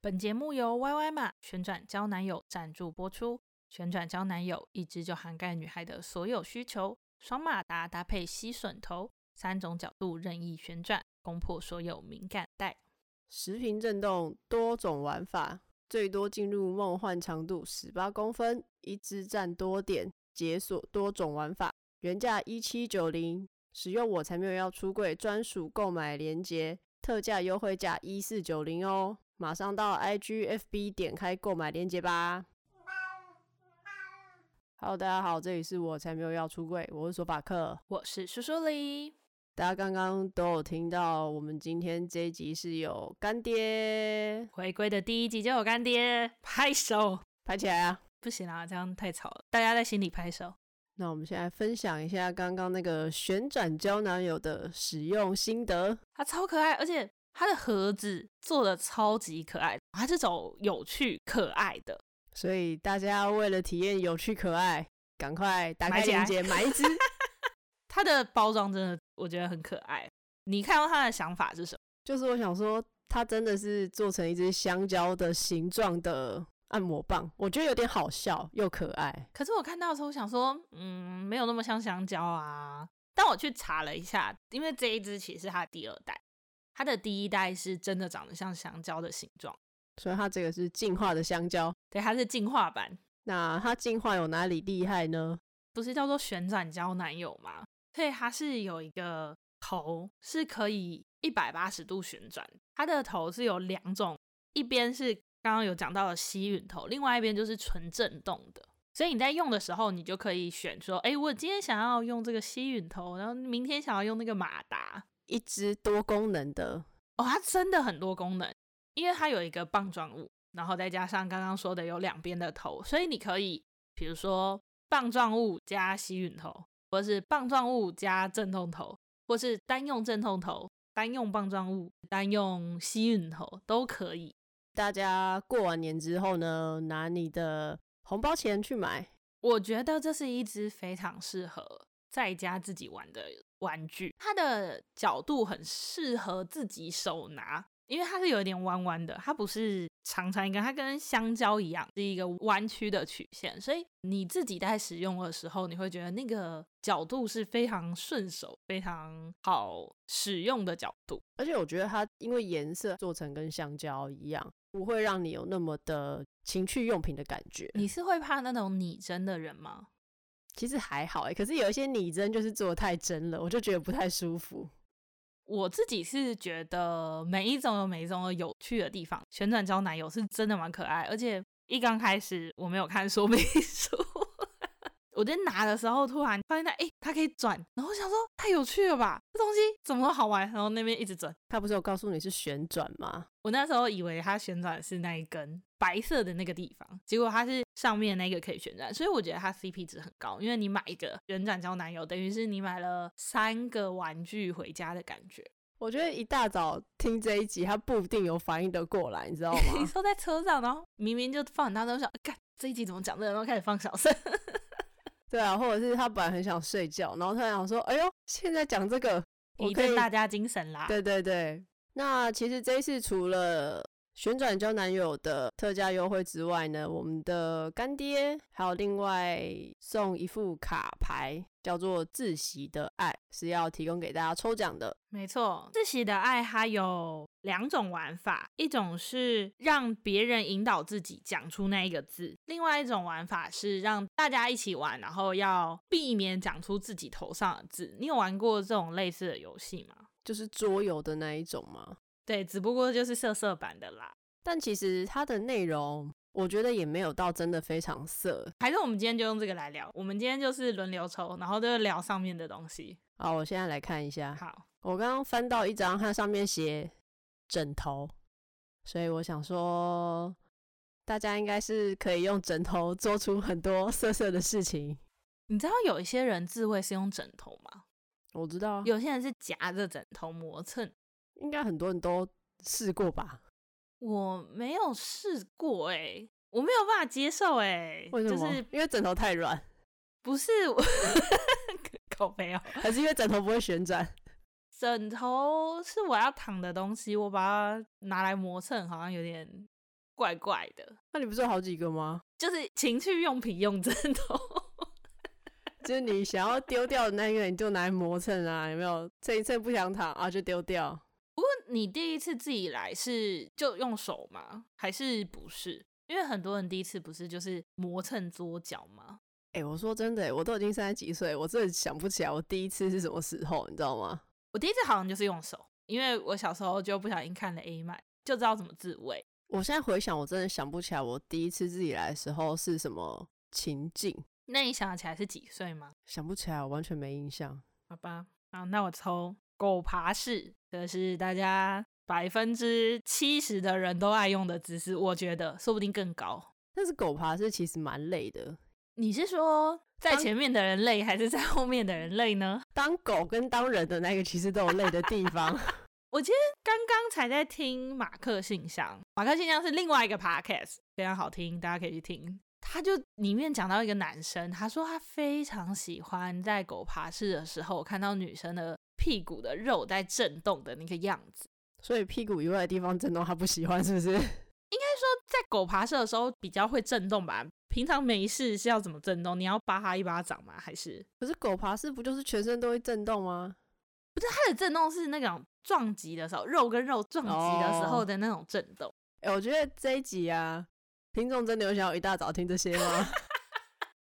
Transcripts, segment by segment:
本节目由 Y Y 码旋转交男友赞助播出。旋转交男友一支就涵盖女孩的所有需求，双马达搭配吸吮头，三种角度任意旋转，攻破所有敏感带。十频震动多种玩法，最多进入梦幻长度十八公分，一支占多点，解锁多种玩法，原价一七九零，使用我才没有要出柜专属购买链接，特价优惠价一四九零哦，马上到 IGFB 点开购买链接吧。Hello，大家好，这里是我才没有要出柜，我是索法克。我是苏苏黎，大家刚刚都有听到，我们今天这一集是有干爹回归的第一集就有干爹，拍手！拍起来啊！不行啊，这样太吵了，大家在心里拍手。那我们现在分享一下刚刚那个旋转胶囊油的使用心得。它超可爱，而且它的盒子做的超级可爱，它是走有趣可爱的。所以大家为了体验有趣可爱，赶快打开买起来链接买一支。 它的包装真的我觉得很可爱。你看到它的想法是什么？就是我想说，它真的是做成一只香蕉的形状的按摩棒，我觉得有点好笑又可爱。可是我看到的时候我想说，嗯，没有那么像香蕉啊。但我去查了一下，因为这一只其实是它的第二代，它的第一代是真的长得像香蕉的形状，所以它这个是进化的香蕉。对，它是进化版，那它进化有哪里厉害呢？不是叫做旋转胶男友吗？所以它是有一个头是可以一百八十度旋转，它的头是有两种，一边是刚刚有讲到的吸吮头，另外一边就是纯震动的。所以你在用的时候，你就可以选说，哎，我今天想要用这个吸吮头，然后明天想要用那个马达。一只多功能的哦，它真的很多功能，因为它有一个棒状物，然后再加上刚刚说的有两边的头，所以你可以比如说棒状物加吸吮头，或是棒状物加震动头，或是单用震动头、单用棒状物、单用吸吮头都可以。大家过完年之后呢，拿你的红包钱去买。我觉得这是一支非常适合在家自己玩的玩具，它的角度很适合自己手拿，因为它是有一点弯弯的，它不是长长一根，它跟香蕉一样是一个弯曲的曲线，所以你自己在使用的时候，你会觉得那个角度是非常顺手、非常好使用的角度。而且我觉得它因为颜色做成跟香蕉一样，不会让你有那么的情趣用品的感觉。你是会怕那种拟真的人吗？其实还好哎、可是有一些拟真就是做的太真了，我就觉得不太舒服。我自己是觉得每一种有每一种的有趣的地方，旋转胶男友是真的蛮可爱，而且一刚开始我没有看说明书， 我在拿的时候突然发现它，哎，它可以转，然后我想说太有趣了吧，这东西怎么好玩？然后那边一直转，它不是有告诉你是旋转吗？我那时候以为它旋转的是那一根白色的那个地方，结果它是上面那个可以旋转，所以我觉得它 CP 值很高，因为你买一个旋转胶男友，等于是你买了三个玩具回家的感觉。我觉得一大早听这一集，它不一定有反应的过来，你知道吗 你？说在车上，然后明明就放很大声，我想干这一集怎么讲这个，然后开始放小声。对啊，或者是他本来很想睡觉，然后突然想说：“哎呦，现在讲这个，我一可以振大家精神啦。对对对，那其实这一次除了旋转交男友的特价优惠之外呢，我们的干爹还有另外送一副卡牌，叫做“自习的爱”，是要提供给大家抽奖的。没错，自喜的爱它有两种玩法，一种是让别人引导自己讲出那一个字，另外一种玩法是让大家一起玩，然后要避免讲出自己头上的字。你有玩过这种类似的游戏吗？就是桌游的那一种嘛，对，只不过就是色色版的啦。但其实它的内容，我觉得也没有到真的非常色。还是我们今天就用这个来聊。我们今天就是轮流抽，然后就聊上面的东西。好，我现在来看一下，好，我刚刚翻到一张，它上面写枕头，所以我想说，大家应该是可以用枕头做出很多色色的事情。你知道有一些人自慰是用枕头吗？我知道，有些人是夹着枕头磨蹭。应该很多人都试过吧？我没有试过哎、我没有办法接受哎、为什就么？是因为枕头太软，不是我 口哦没有还是因为枕头不会旋转？ 枕头是我要躺的东西，我把它拿来磨蹭，好像有点怪怪的，那你不是有好几个吗？就是情趣用品用针头。 就是你想要丢掉的那个，你就拿来磨蹭啊，有没有？蹭一蹭不想躺啊，就丢掉。不过你第一次自己来是就用手吗？还是不是？因为很多人第一次不是就是磨蹭桌角吗？哎、我说真的、我都已经三十几岁，我真的想不起来我第一次是什么时候，你知道吗？我第一次好像就是用手，因为我小时候就不小心看了 A 漫，就知道怎么自慰。我现在回想，我真的想不起来我第一次自己来的时候是什么情境，那你想得起来是几岁吗？想不起来，我完全没印象。好吧，好，那我抽狗爬式，这是大家百分之七十的人都爱用的姿势，我觉得说不定更高。但是狗爬是其实蛮累的，你是说在当前面的人累，还是在后面的人累呢？当狗跟当人的那个其实都有累的地方。我其实刚刚才在听马克信箱，马克信箱是另外一个 podcast，非常好听，大家可以去听。他就里面讲到一个男生，他说他非常喜欢在狗爬式的时候看到女生的屁股的肉在震动的那个样子。所以屁股以外的地方震动，他不喜欢，是不是？在狗爬式的时候比较会震动吧？平常没事是要怎么震动？你要扒他一巴掌吗？还是可是狗爬式不就是全身都会震动吗？它的震动是那种撞击的时候，肉跟肉撞击的时候哦的那种震动？哎、我觉得这一集啊，听众真的有想要一大早听这些吗？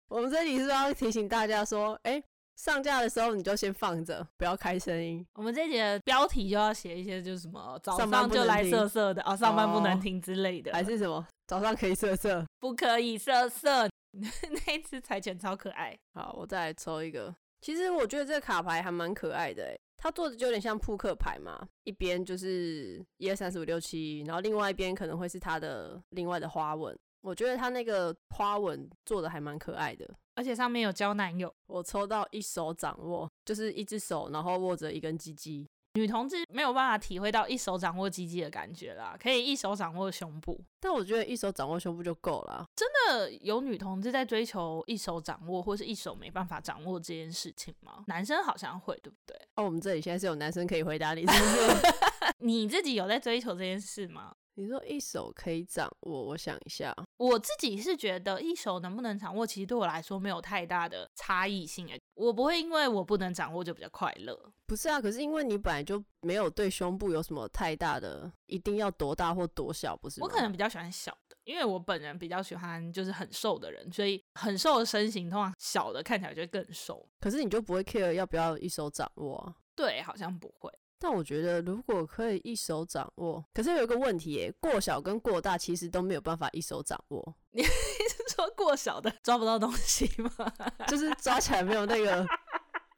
我们这里是不是要提醒大家说，哎、上架的时候你就先放着，不要开声音。我们这集的标题就要写一些，就是什么早上班上不就能来听色色的啊，上班不能哦听之类的，还是什么？早上可以色色。不可以色色。 那一只柴犬超可爱，好，我再来抽一个。其实我觉得这个卡牌还蛮可爱的、欸，它做的就有点像扑克牌嘛，一边就是一二三四五六七，然后另外一边可能会是它的另外的花纹。我觉得它那个花纹做的还蛮可爱的。而且上面有交男友。我抽到一手掌握，就是一只手，然后握着一根鸡鸡。女同志没有办法体会到一手掌握鸡鸡的感觉啦，可以一手掌握胸部。但我觉得一手掌握胸部就够了啊。真的有女同志在追求一手掌握或是一手没办法掌握这件事情吗？男生好像会，对不 对？哦，我们这里现在是有男生可以回答你，是不是？你自己有在追求这件事吗？ 你说一手可以掌握，我想一下，我自己是觉得一手能不能掌握，其实对我来说没有太大的差异性诶。我不会因为我不能掌握就比较快乐。不是啊，可是因为你本来就没有对胸部有什么太大的，一定要多大或多小，不是吗？我哦可能比较喜欢小的，因为我本人比较喜欢就是很瘦的人，所以很瘦的身形通常小的看起来就会更瘦。可是你就不会 care 要不要一手掌握啊、对，好像不会。 但我觉得如果可以一手掌握，可是有一个问题耶，过小跟过大其实都没有办法一手掌握，是说过小的抓不到东西吗？ 就是抓起来没有那个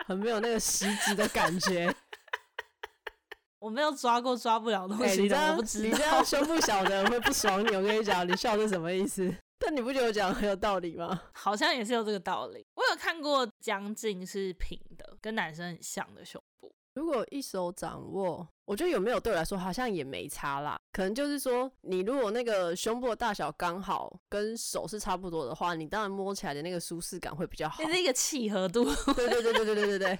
很没有那个实质的感觉。我没有抓过 抓不了东哎西你这的，我样不你知这道样。胸部小的人会不爽你，我跟你讲，你笑是什么意思？ 但你不觉得我讲得很有道理吗？ 好像也是有这个道理。我有看过将近是平的，跟男生很像的胸部。如果一手掌握，我觉得有没有对我来说好像也没差啦。可能就是说，你如果那个胸部的大小刚好跟手是差不多的话，你当然摸起来的那个舒适感会比较好这。是一个契合度， 对对对对对对对 对。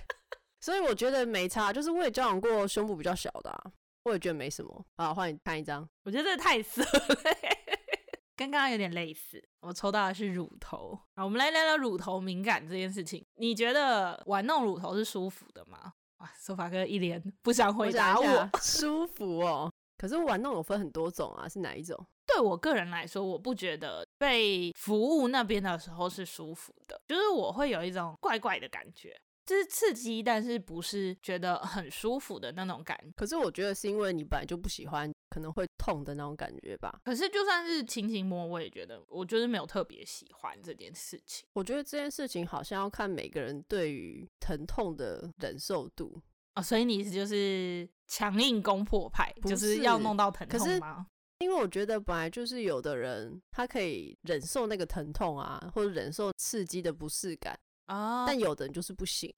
所以我觉得没差，就是我也交往过胸部比较小的、啊，我也觉得没什么。好，换你看一张，我觉得这太色了， 跟刚刚有点类似。我抽到的是乳头啊，我们来聊聊乳头敏感这件事情。你觉得玩弄乳头是舒服的吗？哇，手法哥一脸不想回答我我。想一下 舒服哦。可是玩弄有分很多种啊，是哪一种？对我个人来说，我不觉得被服务那边的时候是舒服的，就是我会有一种怪怪的感觉，就是刺激，但是不是觉得很舒服的那种感觉。可是我觉得是因为你本来就不喜欢，可能会痛的那种感觉吧。可是就算是轻轻摸，我也觉得我就是没有特别喜欢这件事情。我觉得这件事情好像要看每个人对于疼痛的忍受度。哦，所以你就是强硬攻破派，不就是要弄到疼可是痛吗？因为我觉得本来就是有的人他可以忍受那个疼痛啊，或者忍受刺激的不适感，啊但有的人就是不行。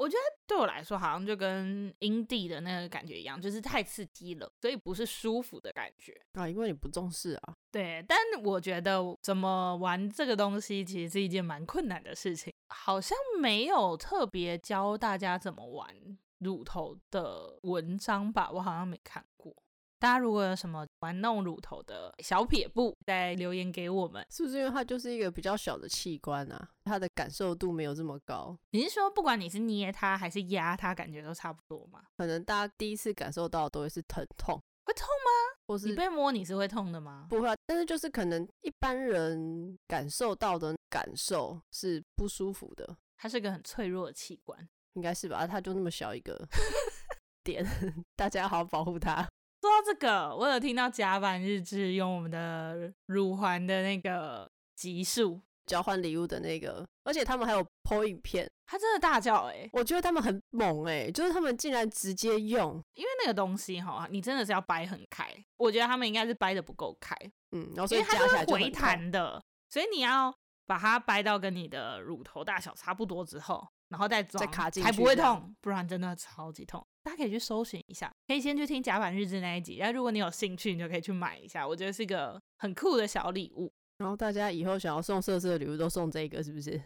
对我来说，好像就跟阴蒂的那个感觉一样，就是太刺激了，所以不是舒服的感觉。啊，因为你不重视啊。对，但我觉得怎么玩这个东西，其实是一件蛮困难的事情，好像没有特别教大家怎么玩乳头的文章吧，我好像没看过。大家如果有什么玩弄乳头的小撇步，再留言给我们。是不是因为它就是一个比较小的器官啊，它的感受度没有这么高？你是说不管你是捏它还是压它，感觉都差不多吗？可能大家第一次感受到都会是疼痛，会痛吗？或你是被摸你是会痛的吗？不会啊，但是就是可能一般人感受到的感受是不舒服的，它是个很脆弱的器官。应该是吧？啊它就那么小一个 点，大家好好保护它。说到这个，我有听到甲板日志用我们的乳环的那个级数，交换礼物的那个，而且他们还有 PO 影片，它真的大叫哎、我觉得他们很猛哎、就是他们竟然直接用，因为那个东西哈，你真的是要掰很开。我觉得他们应该是掰的不够开，嗯，然后所因以为它加起是来就会很回痛弹的，所以你要把它掰到跟你的乳头大小差不多之后，然后再装再卡进去才不会这样痛，不然真的超级痛。大家可以去搜寻一下，可以先去听甲板日志那一集。那如果你有兴趣，你就可以去买一下，我觉得是个很酷的小礼物。然后大家以后想要送色色的礼物都送这个，是不是？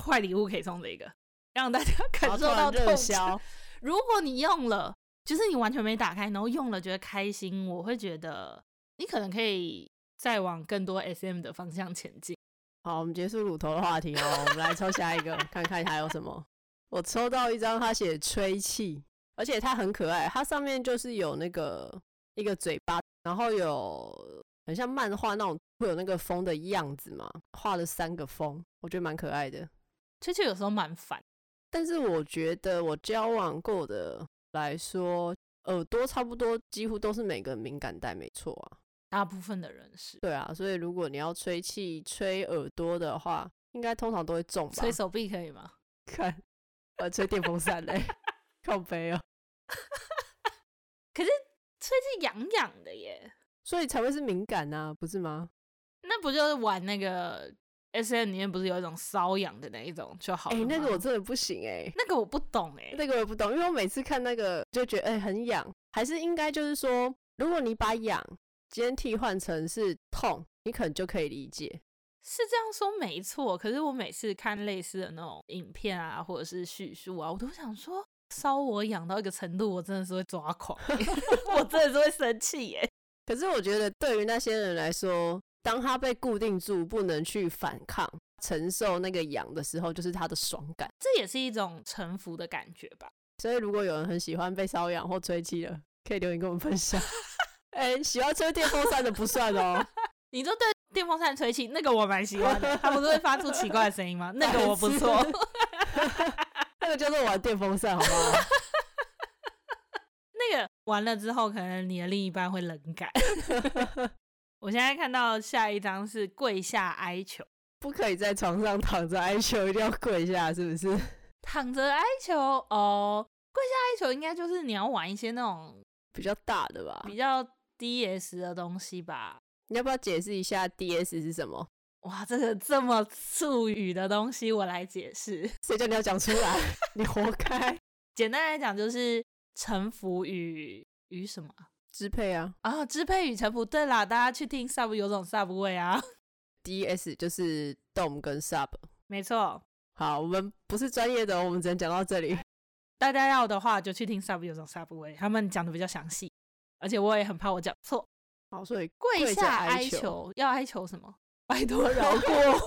坏礼物可以送这个，让 大家感然后受突然到热痛彻销，如果你用了，就是你完全没打开，然后用了觉得开心，我会觉得你可能可以再往更多 SM 的方向前进。好，我们结束乳头的话题哦，我们来抽下一个，看看还有什么。我抽到一张，它写吹气，而且它很可爱，它上面就是有那个一个嘴巴，然后有很像漫画那种会有那个风的样子嘛，画了三个风，我觉得蛮可爱的。确确有时候蛮烦，但是我觉得我交往过的来说，耳朵差不多几乎都是每个人敏感带，没错啊。大部分的人是对啊，所以如果你要吹气、吹耳朵的话，应该通常都会中吧？吹手臂可以吗？看，我吹电风扇嘞， 靠背哦，吹是痒痒的耶，所以才会是敏感呐、不是吗？那不就是玩那个 SM 里面不是有一种瘙痒的那一种就好了哎、吗？那个我真的不行哎、 那个我不懂哎，那个我也不懂，因为我每次看那个就觉得哎、很痒，还是应该就是说，如果你把痒今天替换成是痛，你可能就可以理解。是这样说没错，可是我每次看类似的那种影片啊，或者是叙述啊，我都想说，烧我痒到一个程度，我真的是会抓狂欸， 我真的是会生气耶。可是我觉得对于那些人来说，当他被固定住，不能去反抗、承受那个痒的时候，就是他的爽感。这也是一种臣服的感觉吧？所以如果有人很喜欢被瘙痒或吹气的，可以留言跟我们分享。 哎、喜欢吹电风扇的不算哦，你都对电风扇吹气，那个我蛮喜欢的，它不是会发出奇怪的声音吗？ 那个我不错。 那个叫做玩电风扇，好不好？那个完了之后，可能你的另一半会冷感。 我现在看到下一张是跪下哀求， 不可以在床上躺着哀求，一定要跪下，是不是？躺着哀求哦，跪下哀求应该就是你要玩一些那种比较大的吧？比较 DS 的东西吧。你要不要解释一下 DS 是什么？哇，这个这么术语的东西，我来解释。谁叫你要讲出来？ 你活该！简单来讲，就是臣服与与什么支配啊啊？支配与臣服。对啦，大家去听 Sub 有种 Sub 味啊， ，DS 就是 Dom 跟 Sub。没错。好，我们不是专业的哦，我们只能讲到这里。 大家要的话，就去听 Sub 有种 Sub 味，他们讲的比较详细，而且我也很怕我讲错。好，所以跪跪着下哀哀求求，要哀求什么？ 拜托饶过我。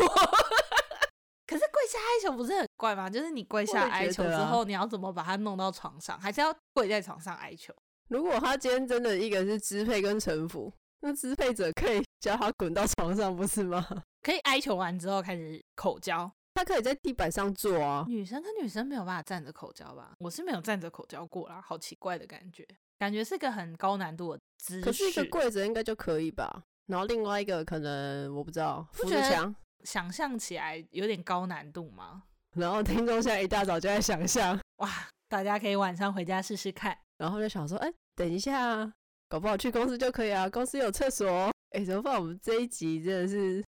可是跪下哀求不是很怪吗？就是你跪下我也觉哀求得之啊后，你要怎么把它弄到床上？还是要跪在床上哀求？如果他今天真的一个是支配跟臣服，那支配者可以叫他滚到床上，不是吗？可以哀求完之后开始口交。他可以在地板上坐啊。女生跟女生没有办法站着口交吧？我是没有站着口交过啦，好奇怪的感觉，感觉是个很高难度的姿势。可嗯是一个跪着应该就可以吧？然后另外一个可能我不知道，扶着觉得墙。想象起来有点高难度吗？然后听众现在一大早就在想象，哇，大家可以晚上回家试试看。然后就想说，哎、等一下啊，搞不好去公司就可以啊，公司有厕所哦。哎、怎么办？我们这一集真的是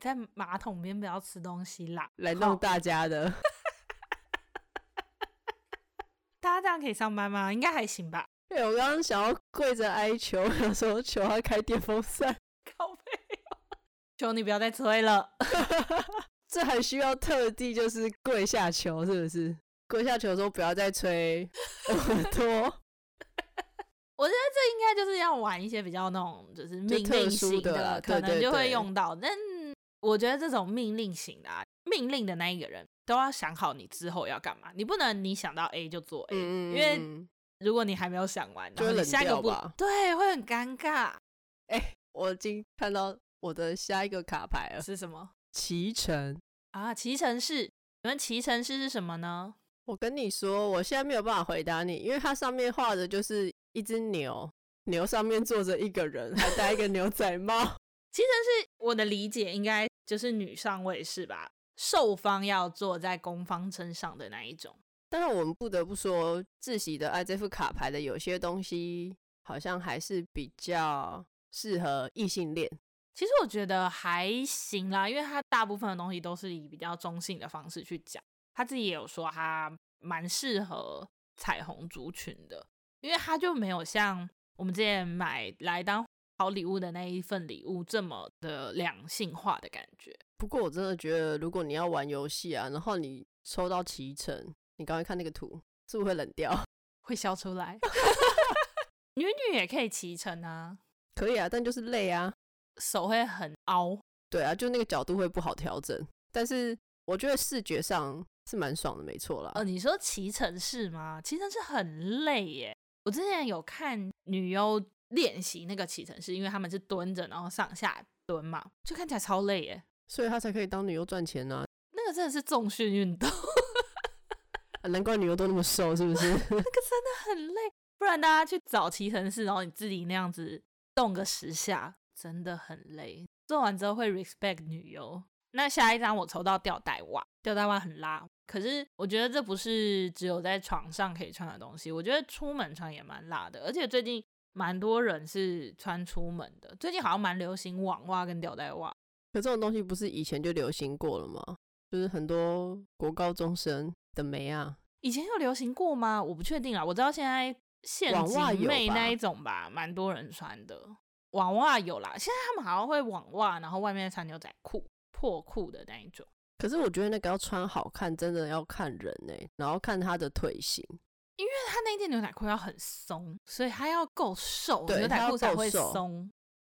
在马桶边不要吃东西啦，来好弄大家的。大家这样可以上班吗？应该还行吧。 对，我刚刚想要跪着哀求，想说求他开电风扇，靠背、哦 求你不要再吹了。这还需要特地就是跪下求， 是不是？跪下求说不要再吹耳朵。我觉得这应该就是要玩一些比较那种就是就命特令殊型的啦可对能对就会对用到。但我觉得这种命令型的、啊，命令的那一个人都要想好你之后要干嘛，你不能你想到 A 就做 A，、嗯嗯，因为嗯如果你还没有想完，就然后会你冷下一个掉不吧对，会很尴尬。我已经看到我的下一个卡牌了，是什么骑乘。啊？骑乘式，你们骑乘式是什么呢？我跟你说，我现在没有办法回答你，因为它上面画的就是一只牛，牛上面坐着一个人，还戴一个牛仔帽。 其实是我的理解，应该就是女上位是吧？受方要坐在攻方身上的那一种。但是我们不得不说，自喜的爱这副卡牌的有些东西，好像还是比较适合异性恋。其实我觉得还行啦，因为他大部分的东西都是以比较中性的方式去讲。他自己也有说，他蛮适合彩虹族群的，因为他就没有像我们之前买来当好礼物的那一份礼物这么的两性化的感觉。不过我真的觉得，如果你要玩游戏啊，然后你抽到骑乘，你刚才看那个图，是不是会冷掉？ 会笑出来。 女女也可以骑乘啊，可以啊，但就是累啊。手会很凹。对啊，就那个角度会不好调整。但是我觉得视觉上是蛮爽的，没错啦。哦，你说骑乘是吗？骑乘是很累耶。我之前有看女优练习那个骑乘是，因为他们是蹲着，然后上下蹲嘛，就看起来超累耶。所以他才可以当女优赚钱啊那个真的是重训运动，啊难怪女优都那么瘦，是不 是？很累。不然大家去找骑乘式，然后你自己那样子动个十下，真的很累。做完之后会 respect 女优。那下一张我抽到吊带袜，吊带袜很拉，可是我觉得这不是只有在床上可以穿的东西，我觉得出门穿也蛮辣的。而且最近蛮多人是穿出门的，最近好像蛮流行网袜跟吊带袜。可这种东西不是以前就流行过了吗？就是很多国高中生的美啊，以前有流行过吗？我不确定啊。我知道现在陷网袜阱有妹吧那一种吧，蛮多人穿的。网袜有啦，现在他们好像会网袜，然后外面穿牛仔裤、破裤的那一种。可是我觉得那个要穿好看，真的要看人呢、然后看他的腿型，但他那一件牛仔裤要很松，所以他要够瘦，对牛它仔要裤才够会瘦松。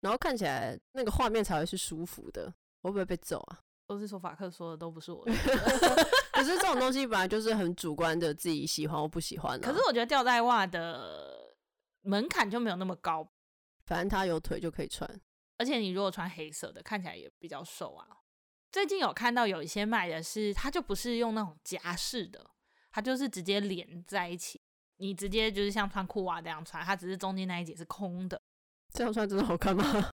然后看起来那个画面才会是舒服的。我会不会被揍啊？ 都是说法克说的，都不是我的。可是这种东西本来就是很主观的，自己喜欢或不喜欢、啊。可是我觉得吊带袜的门槛就没有那么高，反正他有腿就可以穿。而且你如果穿黑色的，看起来也比较瘦啊。最近有看到有一些卖的是，它就不是用那种夹式的，它就是直接连在一起，你直接就是像穿裤袜这样穿，它只是中间那一节是空的。这样穿真的好看吗？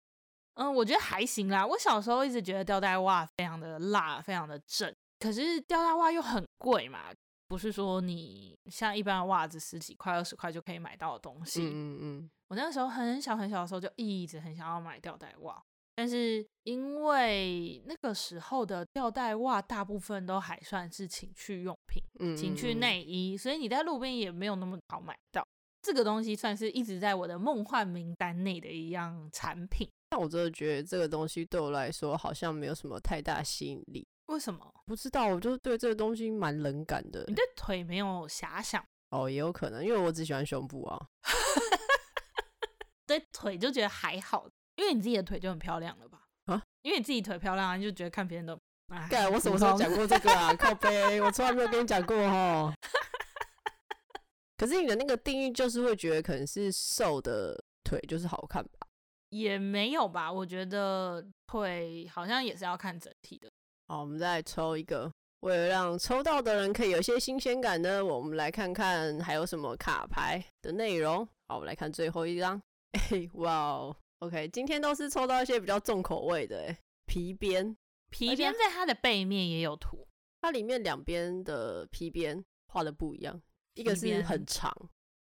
嗯，我觉得还行啦。我小时候一直觉得吊带袜非常的辣，非常的正，可是吊带袜又很贵嘛，不是说你像一般的袜子十几块、二十块就可以买到的东 西。嗯嗯我那个时候很小很小的时候就一直很想要买吊带袜，但是因为那个时候的吊带袜大部分都还算是情趣用品、嗯情趣，内衣，所以你在路边也没有那么好买到。这个东西算是一直在我的梦幻名单内的一样产品。但我真的觉得这个东西对我来说好像没有什么太大吸引力。为什么不知道，我就对这个东西蛮冷感的你。对腿没有遐想，哦，也有可能，因为我只喜欢胸部啊。对腿就觉得还好，因为你自己的腿就很漂亮了吧？啊，因为你自己腿漂亮啊，你就觉得看别人都哎干，我什么时候普通讲过这 个啊？靠背，我从来没有跟你讲过哦。 可是你的那个定义就是会觉得可能是瘦的腿就是好看吧？也没有吧，我觉得腿好像也是要看整体的。好，我们再来抽一个。为了让抽到的人可以有一些新鲜感呢，我们来看看还有什么卡牌的内容。好，我们来看最后一张。 哎，哇哦，OK，今天都是抽到一些比较重口味的，哎，皮鞭，皮而且鞭在它的背面也有图，它里面两边的皮鞭画的不一样，一皮个是鞭很长，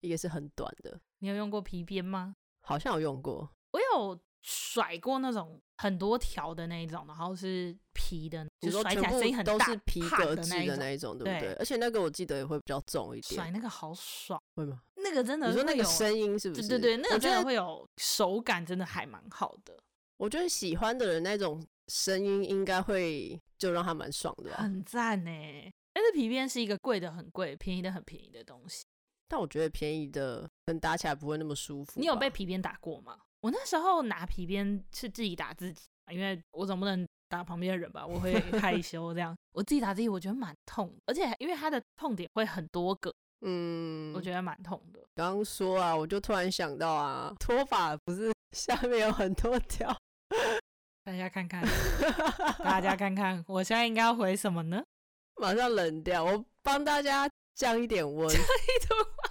一个是很短的，你有用过皮鞭吗？好像有用过。我有甩过那种很多条的那一种，然后是皮的，你就说甩起全来声音部很都大，是皮啪革的制那一的种，那一种，对不对对？而且那个我记得也会比较重一甩点，那个好爽，会吗？那个真的你说那会个有声音是不对是？对对，那个我觉真得的会有手感，真的还蛮好的，我觉得喜欢的人那种声音应该会就让他蛮爽的吧、很赞呢。但是皮鞭是一个贵的很贵，便宜的很便宜的东西。但我觉得便宜的可能打起来不会那么舒服吧。你有被皮鞭打过吗？我那时候拿皮鞭是自己打自己，啊因为我总不能打旁边的人吧，我 会害羞这样。我自己打自己，我觉得蛮痛，而且因为它的痛点会很多个，嗯，我觉得蛮痛的。刚刚说啊，我就突然想到啊，拖把不是下面有很多 条，大家看看，大家看看，我现在应该要回什么呢？马上冷掉。我帮大家降一点温，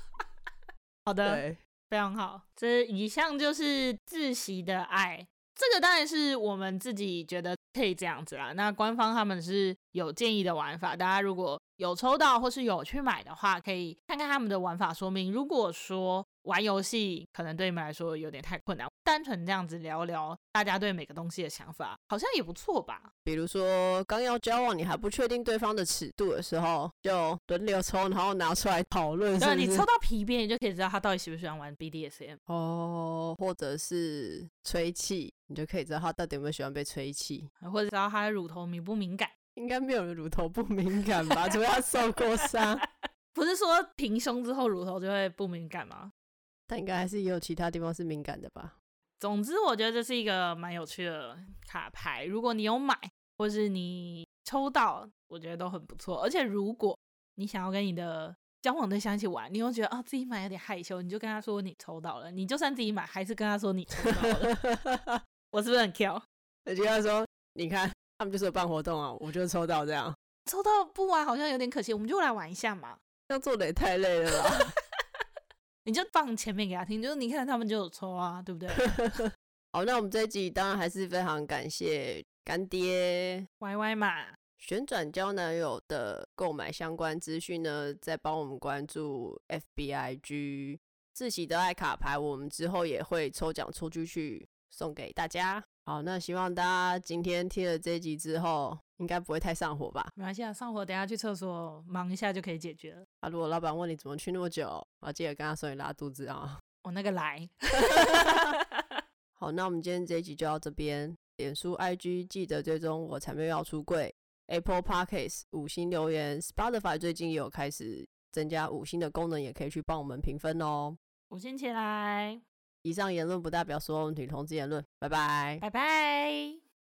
好的，对，非常好。这以上就是自习的爱，这个当然是我们自己觉得可以这样子啦。那官方他们是有建议的玩法，大家如果有抽到或是有去买的话，可以看看他们的玩法说明。如果说玩游戏可能对你们来说有点太困难，单纯这样子聊聊大家对每个东西的想法，好像也不错吧？比如说刚要交往，你还不确定对方的尺度的时候，就轮流抽，然后拿出来讨论，是对，啊不你是抽到皮鞭，你就可以知道他到底喜不喜欢玩 BDSM。哦，或者是吹气，你就可以知道他到底有没有喜欢被吹气。或者知道他的乳头敏不敏感。应该没有人乳头不敏感吧？除非他受过伤， 不是说平胸之后乳头就会不敏感吗？但应该还是也有其他地方是敏感的吧？ 总之，我觉得这是一个蛮有趣的卡牌。如果你有买，或是你抽到，我觉得都很不错。而且，如果你想要跟你的交往对象一起玩，你又觉得哦自己买有点害羞，你就跟他说你抽到了。你就算自己买，还是跟他说你抽到了。 我是不是很 Q？我就跟他说，你看他们就是有办活动啊，我就抽到这样，抽到不玩好像有点可惜，我们就来玩一下嘛。这样做的也太累了吧？ 你就放前面给他听，就是你看他们就有抽啊，对不 对好，那我们这一集当然还是非常感谢干爹。 ？Y Y 嘛，旋转交男友的购买相关资讯呢，再帮我们关注 FBIG 自喜的爱卡牌，我们之后也会抽奖出去去送给大家。好，那希望大家今天听了这一集之后，应该不会太上火吧？没关系啊，上火等一下去厕所忙一下就可以解决了。啊，如果老板问你怎么去那么久，啊，记得跟他说你拉肚子啊。我那个来，好，那我们今天这一集就到这边。脸书、IG 记得追踪我才没有要出柜。Apple Podcasts 五星留言，Spotify 最近也有开始增加五星的功能，也可以去帮我们评分哦。我先起来，以上言论不代表所有女同志言论，拜拜。拜拜。